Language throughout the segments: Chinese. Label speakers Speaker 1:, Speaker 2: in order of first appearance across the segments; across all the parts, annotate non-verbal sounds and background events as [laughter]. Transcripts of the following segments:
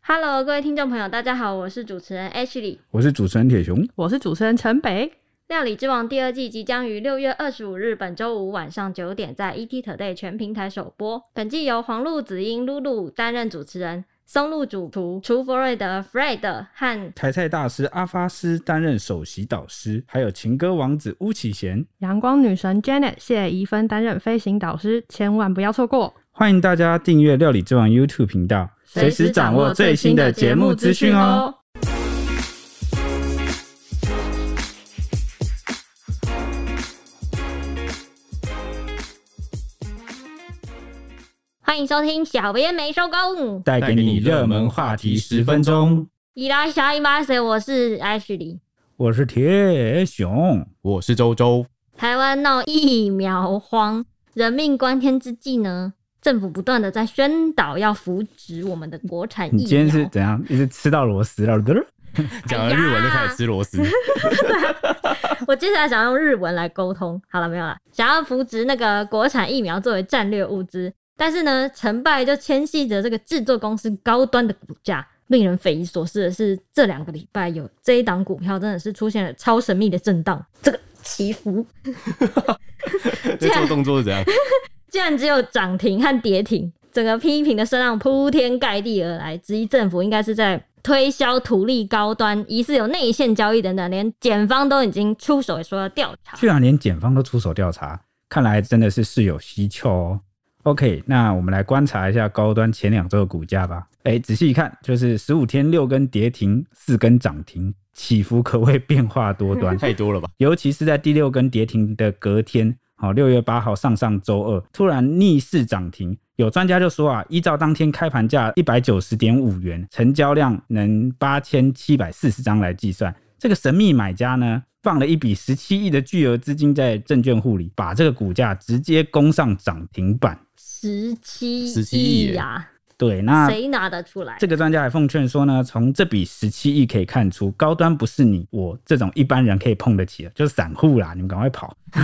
Speaker 1: Hello，各位听众朋友，大家好，我是主持人 H 李。
Speaker 2: 我是主持人铁熊，
Speaker 3: 我是主持人陈北，
Speaker 1: 料理之王第二季即将于六月二十五日本周五晚上九点在 ET Today 全平台首播。本季由黄璐、子英、露露担任主持人，松露主厨厨弗瑞德 Fred 和
Speaker 2: 台菜大师阿发师担任首席导师，还有情歌王子巫启贤。
Speaker 3: 阳光女神 Janet 谢怡芬担任飞行导师，千万不要错过。
Speaker 2: 欢迎大家订阅《料理之王》YouTube 频道，随时掌握最新的节目资讯哦。。
Speaker 1: 欢迎收听《小编没收工》。
Speaker 2: 带给你热门话题十分钟。
Speaker 1: 伊拉小伊马塞，我是 Ashley。
Speaker 2: 我是铁熊，
Speaker 4: 我是周周，
Speaker 1: 台湾闹疫苗荒，人命关天之际呢，政府不断的在宣导要扶植我们的国产疫苗。
Speaker 2: 你今天是怎样？一直吃到螺丝了？
Speaker 4: 讲了日文就开始吃螺丝，
Speaker 1: 我接下来想用日文来沟通。好了，没有了，想要扶植那个国产疫苗作为战略物资，但是呢，成败就牵系着这个制作公司高端的股价。令人匪夷所思的是，这两个礼拜有这一档股票真的是出现了超神秘的震荡，这个起伏
Speaker 4: 在做动作是怎 [laughs] 样？
Speaker 1: 竟然只有涨停和跌停，整个批评的声浪铺天盖地而来，质疑政府应该是在推销图利高端，疑似有内线交易等等，连检方都已经出手说要调查。
Speaker 2: 居然连检方都出手调查，看来真的是事有蹊跷哦。OK，那我们来观察一下高端前两周的股价吧。哎，仔细一看，就是十五天六根跌停，四根涨停，起伏可谓变化多端。
Speaker 4: [laughs] 太多了吧？
Speaker 2: 尤其是在第六根跌停的隔天，好，六月八号上上周二突然逆势涨停。有专家就说啊，依照当天开盘价一百九十点五元，成交量能八千七百四十张来计算，这个神秘买家呢放了一笔十七亿的巨额资金在证券户里，把这个股价直接攻上涨停板。
Speaker 1: 十七
Speaker 4: 17
Speaker 1: 亿啊
Speaker 4: 亿
Speaker 1: 呀、
Speaker 2: 对，那
Speaker 1: 谁拿得出来？
Speaker 2: 啊这个专家还奉劝说呢，从这笔十七亿可以看出，高端不是你我这种一般人可以碰得起的，就是散户啦，你们赶快跑。 [laughs]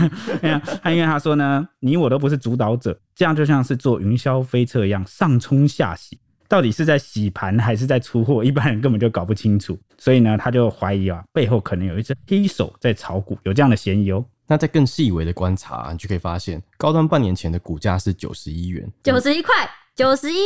Speaker 2: 哎呀他因为他说呢，你我都不是主导者，这样就像是坐云霄飞车一样，上冲下洗，到底是在洗盘还是在出货，一般人根本就搞不清楚。所以呢，他就怀疑啊，背后可能有一只黑手在炒股，有这样的嫌疑哦。
Speaker 4: 那在更细微的观察、你就可以发现，高端半年前的股价是九十一元，
Speaker 1: 九十一块，九十一，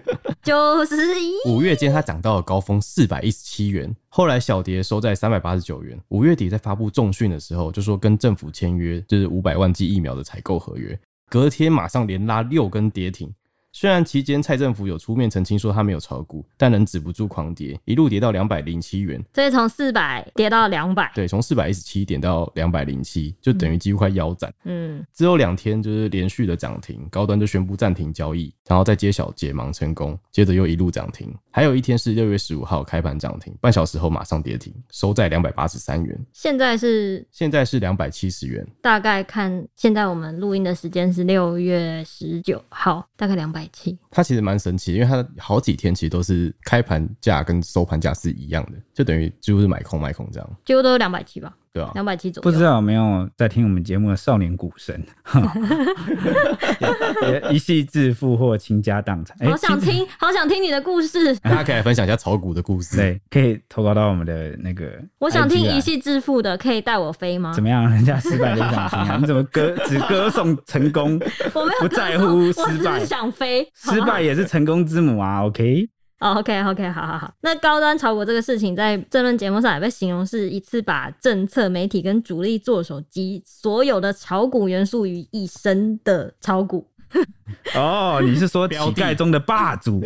Speaker 2: [laughs]
Speaker 1: 九十一，
Speaker 4: 五月间它涨到了高峰四百一十七元，后来小跌收在三百八十九元。五月底在发布重讯的时候，就说跟政府签约就是五百万剂疫苗的采购合约，隔天马上连拉六根跌停。虽然期间蔡政府有出面澄清说他没有炒股，但仍止不住狂跌，一路跌到两百零七元，
Speaker 1: 所以从四百跌到两百。
Speaker 4: 对，从四百一十七点到两百零七，就等于几乎快腰斩。
Speaker 1: 嗯，
Speaker 4: 之后两天就是连续的涨停，高端就宣布暂停交易，然后再揭晓解盲成功，接着又一路涨停。还有一天是六月十五号开盘涨停，半小时后马上跌停，收在两百八十三元，
Speaker 1: 现在是
Speaker 4: 现在是两百七十元。
Speaker 1: 大概看，现在我们录音的时间是六月十九号，大概两百七。
Speaker 4: 它其实蛮神奇，因为它好几天其实都是开盘价跟收盘价是一样的，就等于几乎是买空卖空这样，
Speaker 1: 几乎都有两百七吧，
Speaker 4: 对啊，
Speaker 1: 两百七左右。
Speaker 2: 哦不知道有没有在听我们节目的少年股神， [laughs] 也一夕致富或倾家荡产。哎
Speaker 1: 好想
Speaker 2: 倾
Speaker 1: 听，好想听你的故事，
Speaker 4: 大家可以来分享一下炒股的
Speaker 1: [laughs]
Speaker 4: 故事。
Speaker 2: 对，可以投稿到我们的那个 IG 啊。
Speaker 1: 我想听啊一夕致富的，可以带我飞吗
Speaker 2: 怎？么样？人家失败都不想听啊！你怎么歌只歌颂成功，
Speaker 1: 我没有
Speaker 2: 不在乎
Speaker 1: [laughs] 我只
Speaker 2: 失败
Speaker 1: 是？想飞。
Speaker 2: 失败也是成功之母啊！OK，
Speaker 1: 哦，OK，OK，、好好好。那高端炒股这个事情，在政论节目上也被形容是一次把政策、媒体跟主力做手机所有的炒股元素于一身的炒股。
Speaker 2: 哦，你是说乞
Speaker 4: 标的
Speaker 2: 丐中的霸主？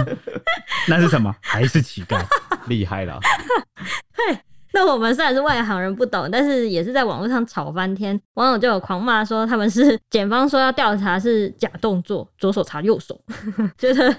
Speaker 2: [laughs] 那是什么？还是乞丐？
Speaker 4: 厉害啦！
Speaker 1: [laughs] 那我们虽然是外行人不懂，但是也是在网络上吵翻天，网友就有狂骂说他们是 [laughs] 检方说要调查是假动作，左手查右手， [laughs] 觉得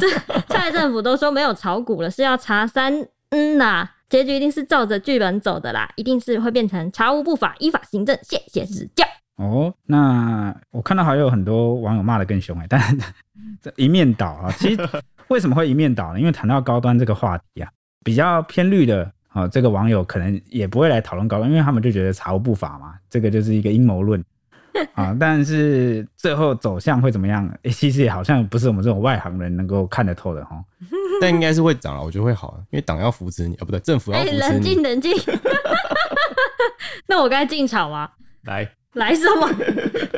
Speaker 1: 这
Speaker 4: [laughs]
Speaker 1: 蔡政府都说没有炒股了，是要查三嗯呐、结局一定是照着剧本走的啦，一定是会变成查无不法，依法行政，谢谢指教。
Speaker 2: 哦，那我看到还有很多网友骂的更凶哎、但 [laughs] 这一面倒啊，其实为什么会一面倒呢？因为谈到高端这个话题啊，比较偏绿的啊、这个网友可能也不会来讨论高端，因为他们就觉得查无不法嘛，这个就是一个阴谋论啊。但是最后走向会怎么样？诶其实也好像不是我们这种外行人能够看得透的哈。
Speaker 4: 但应该是会涨了，我觉得会好啊，因为党要扶持你，啊，不对，政府要
Speaker 1: 哎、
Speaker 4: 扶持
Speaker 1: 冷
Speaker 4: 你
Speaker 1: 静。冷静。 [laughs] 那我该进场吗？
Speaker 4: 来，
Speaker 1: 来什
Speaker 4: [laughs]
Speaker 1: 么？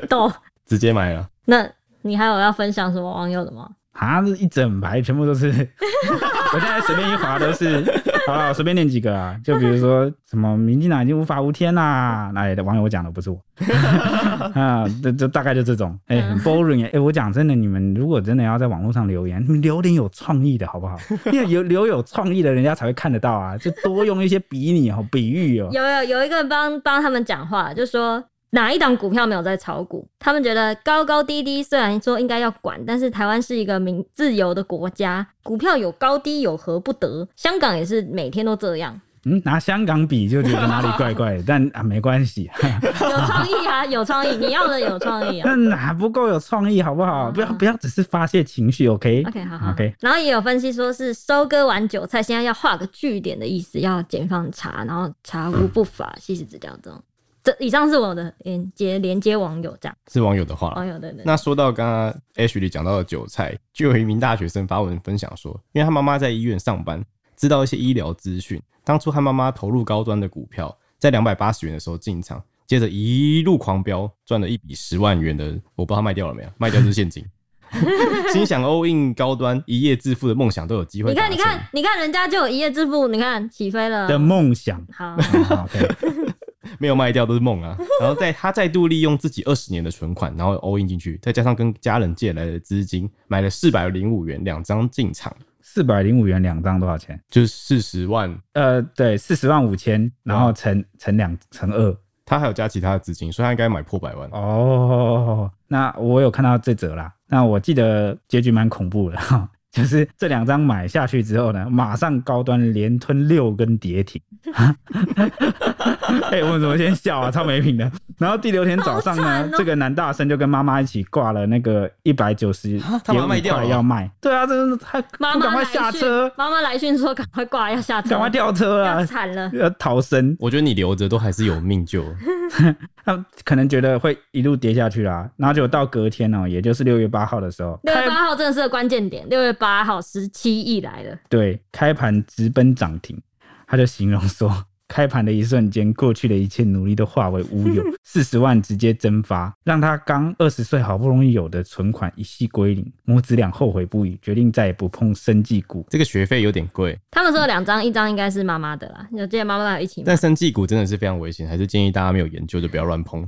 Speaker 1: 懂？
Speaker 4: 直接买了。
Speaker 1: 那你还有要分享什么网友的吗？
Speaker 2: 啊，这一整排全部都是， [laughs] 我现在随便一划都是。好了，我随便念几个啊，就比如说什么民进党已经无法无天啦、那哎，网友我讲的不是我 [laughs] 啊，这这大概就这种，哎、很 boring 哎、哎我讲真的，你们如果真的要在网络上留言，你们留点有创意的好不 [laughs] 好？因为有留有创意的，人家才会看得到啊，就多用一些比拟哦、比喻哦、
Speaker 1: 有有有一个人帮帮他们讲话，就说哪一档股票没有在炒股？他们觉得高高低低虽然说应该要管，但是台湾是一个民自由的国家，股票有高低有何不得？香港也是每天都这样，
Speaker 2: 嗯，拿香港比就觉得哪里怪怪的，但啊没关系， [laughs]
Speaker 1: 有创意啊，有创意，你要的有创意啊。
Speaker 2: [laughs] 但哪不够有创意好不好？不要不要只是发泄情绪，OK？
Speaker 1: OK，好好。
Speaker 2: OK
Speaker 1: 然后也有分析说是收割完韭菜，现在要画个句点的意思，要检方查，然后查无不法，细细指教这种。哦这以上是我的连接连接网友这样，
Speaker 4: 是网友的话啦
Speaker 1: 网友的人
Speaker 4: 那说到刚刚 H 里讲到的韭菜，就有一名大学生发文分享说，因为他妈妈在医院上班，知道一些医疗资讯。当初他妈妈投入高端的股票，在两百八十元的时候进场，接着一路狂飙，赚了一笔十万元的，我不知道他卖掉了没有，啊卖掉就是
Speaker 1: [laughs]
Speaker 4: 现金。心想哦 all in 高端一夜致富的梦想都有机会
Speaker 1: 你看，
Speaker 4: 达
Speaker 1: 你
Speaker 4: 成
Speaker 1: 看，你看，人家就有一夜致富，你看起飞了。
Speaker 2: 的梦想。哦
Speaker 1: 好， [laughs]
Speaker 2: 好，OK，
Speaker 4: 没有卖掉都是梦啊。然后再他再度利用自己二十年的存款，然后 all in 进去，再加上跟家人借来的资金，买了四百零五元两张进场，
Speaker 2: 四百零五元两张多少钱？
Speaker 4: 就是四十万。
Speaker 2: 呃，对，四十万五千，然后乘乘两乘二。
Speaker 4: 他还有加其他的资金，所以他应该买破百万。
Speaker 2: 哦，那我有看到这则啦。那我记得结局蛮恐怖的，哈， [laughs] 就是这两张买下去之后呢，马上高端连吞六根跌停。 [laughs] 哎、我们怎么先笑啊？超没品的。然后第六天早上
Speaker 1: 好
Speaker 2: 呢，
Speaker 1: 惨哦
Speaker 2: 这个男大生就跟妈妈一起挂了那个一百九十
Speaker 4: 啊他把它
Speaker 2: 点
Speaker 4: 卖
Speaker 2: 五
Speaker 4: 掉
Speaker 2: 块
Speaker 4: 了
Speaker 2: 要卖。对啊，真的他
Speaker 1: 妈
Speaker 2: 不
Speaker 1: 妈
Speaker 2: 赶快
Speaker 1: 来
Speaker 2: 下
Speaker 1: 讯
Speaker 2: 车，
Speaker 1: 妈妈来讯说赶快挂，要 [laughs] 下车，
Speaker 2: 赶快掉车啊
Speaker 1: 要！惨了。
Speaker 2: 要逃生，
Speaker 4: 我觉得你留着都还是有命 [laughs] 救。
Speaker 2: 他可能觉得会一路跌下去啦，然后就到隔天哦、也就是六月八号的时候，
Speaker 1: 六
Speaker 2: 开
Speaker 1: 月八号真的是个关键点，六月八号十七亿来了，
Speaker 2: 对开盘直奔涨停，他就形容说， [laughs] 开盘的一瞬间，过去的一切努力都化为
Speaker 1: [laughs]
Speaker 2: 乌有，四十万直接蒸发，让他刚二十岁好不容易有的存款一夕归零，母子俩后悔不已，决定再也不碰生技股。
Speaker 4: 这个学费有点贵，
Speaker 1: 他们说有两张，一张应该是妈妈的啦，有记得妈妈有一起买
Speaker 4: 但生技股真的是非常危险，还是建议大家没有研究就不要乱碰。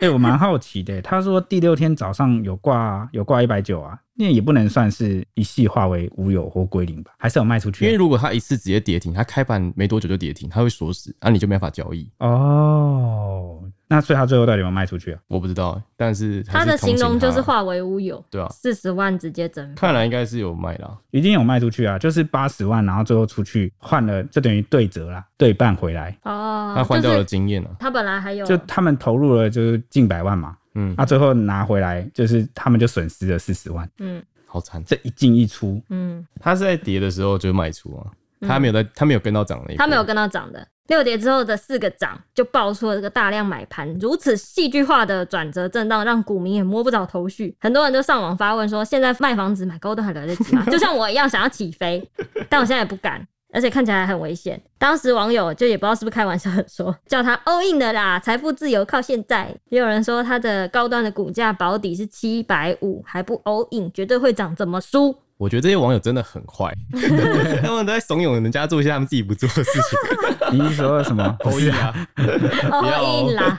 Speaker 2: 哎、我蛮好奇的，他说第六天早上有挂有挂一百九啊，那也不能算是一夕化为乌有或归零吧，还是有卖出去
Speaker 4: 因
Speaker 2: 啊、
Speaker 4: 为如果它一次直接跌停，它开盘没多久就跌停，它会锁死，啊那、你就没法交易。
Speaker 2: 哦，那所以他最后到底有没有卖出去啊？
Speaker 4: 我不知道，但是还
Speaker 1: 他
Speaker 4: 是
Speaker 1: 的形容就是
Speaker 4: 同情它
Speaker 1: 化为乌有，
Speaker 4: 对啊
Speaker 1: 四十万直接蒸发。
Speaker 4: 看来应该是有卖啦。
Speaker 2: 一定有卖出去啊，就是八十万，然后最后出去换了，就等于对折啦，对半回来。
Speaker 1: 哦，
Speaker 4: 他换掉
Speaker 1: 就
Speaker 4: 了
Speaker 1: 是
Speaker 4: 经验啊，
Speaker 1: 他本来还有，
Speaker 2: 就他们投入了就是近百万嘛，
Speaker 4: 嗯，
Speaker 2: 啊，最后拿回来就是他们就损失了四十万，
Speaker 1: 嗯
Speaker 4: 好惨。
Speaker 2: 这一进一出，
Speaker 1: 嗯，
Speaker 4: 他是在跌的时候就卖出啊，他没有在，他没有跟到涨那一波
Speaker 1: 他没有跟到涨的。六跌之后的四个涨，就爆出了这个大量买盘，如此戏剧化的转折震荡，让股民也摸不着头绪。很多人就上网发问说，现在卖房子买高端还来得及吗？就像我一样想要起飞，但我现在也不敢，而且看起来很危险。当时网友就也不知道是不是开玩笑的说，叫他 all in 的啦，财富自由靠现在。也有人说他的高端的股价保底是七百五，还不 all in，绝对会涨，怎么输？
Speaker 4: 我觉得这些网友真的很坏，他们都在怂恿人家做一些他们自己不做的事情。
Speaker 2: 你是说
Speaker 4: [laughs]
Speaker 2: 什么？
Speaker 4: 同意啊！
Speaker 1: 哦 all in 啦，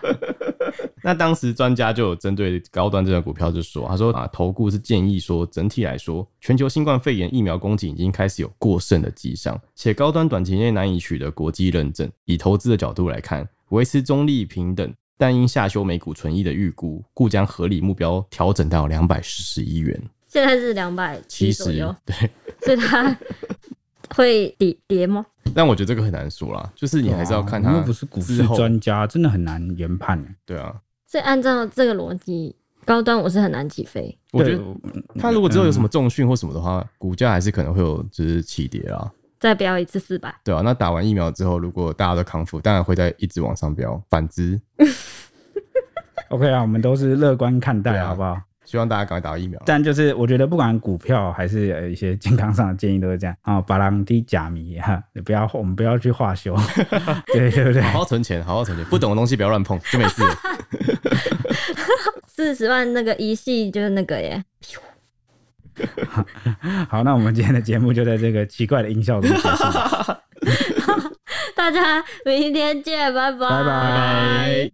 Speaker 4: 那当时专家就有针对高端这种股票就说，他说啊，投顾是建议说，整体来说，全球新冠肺炎疫苗供给已经开始有过剩的迹象，且高端短期内难以取得国际认证。以投资的角度来看，维持中立平等，但因下修每股存益的预估，故将合理目标调整到两百四十一元。
Speaker 1: 现在是两百七
Speaker 4: 其
Speaker 1: 左
Speaker 4: 实
Speaker 1: 右。
Speaker 4: 对，
Speaker 1: 所以它会跌跌吗？ [laughs]
Speaker 4: 但我觉得这个很难说啦，就是你还是要看
Speaker 2: 我嗯
Speaker 4: 它
Speaker 2: 又不是股
Speaker 4: 之
Speaker 2: 市
Speaker 4: 后
Speaker 2: 专家，真的很难研判欸耶。
Speaker 4: 对啊，
Speaker 1: 所以按照这个逻辑，高端我是很难起飞。
Speaker 4: 我觉得
Speaker 2: 对
Speaker 4: 它如果之后有什么重训或什么的话，股价还是可能会有就是起跌啊，
Speaker 1: 再飙一次四百，
Speaker 4: 对啊，那打完疫苗之后，如果大家都康复，当然会再一直往上飙。反之，
Speaker 2: OK 啊，我们都是乐观看待，
Speaker 4: 对啊
Speaker 2: 好不好？
Speaker 4: 希望大家赶快打疫苗。
Speaker 2: 但就是我觉得不管股票还是呃一些健康上的建议都是这样啊，巴朗迪假迷哈，不要我们不要去化
Speaker 4: [laughs]
Speaker 2: 修，对对不对？
Speaker 4: 好好存钱，好好存钱，不懂的东西不要乱碰，就没事了。
Speaker 1: 四十万那个一系就是那个耶， [laughs]
Speaker 2: 好，那我们今天的节目就在这个奇怪的音效中结束。
Speaker 1: 大家明天见，拜拜，
Speaker 2: [laughs] 拜拜。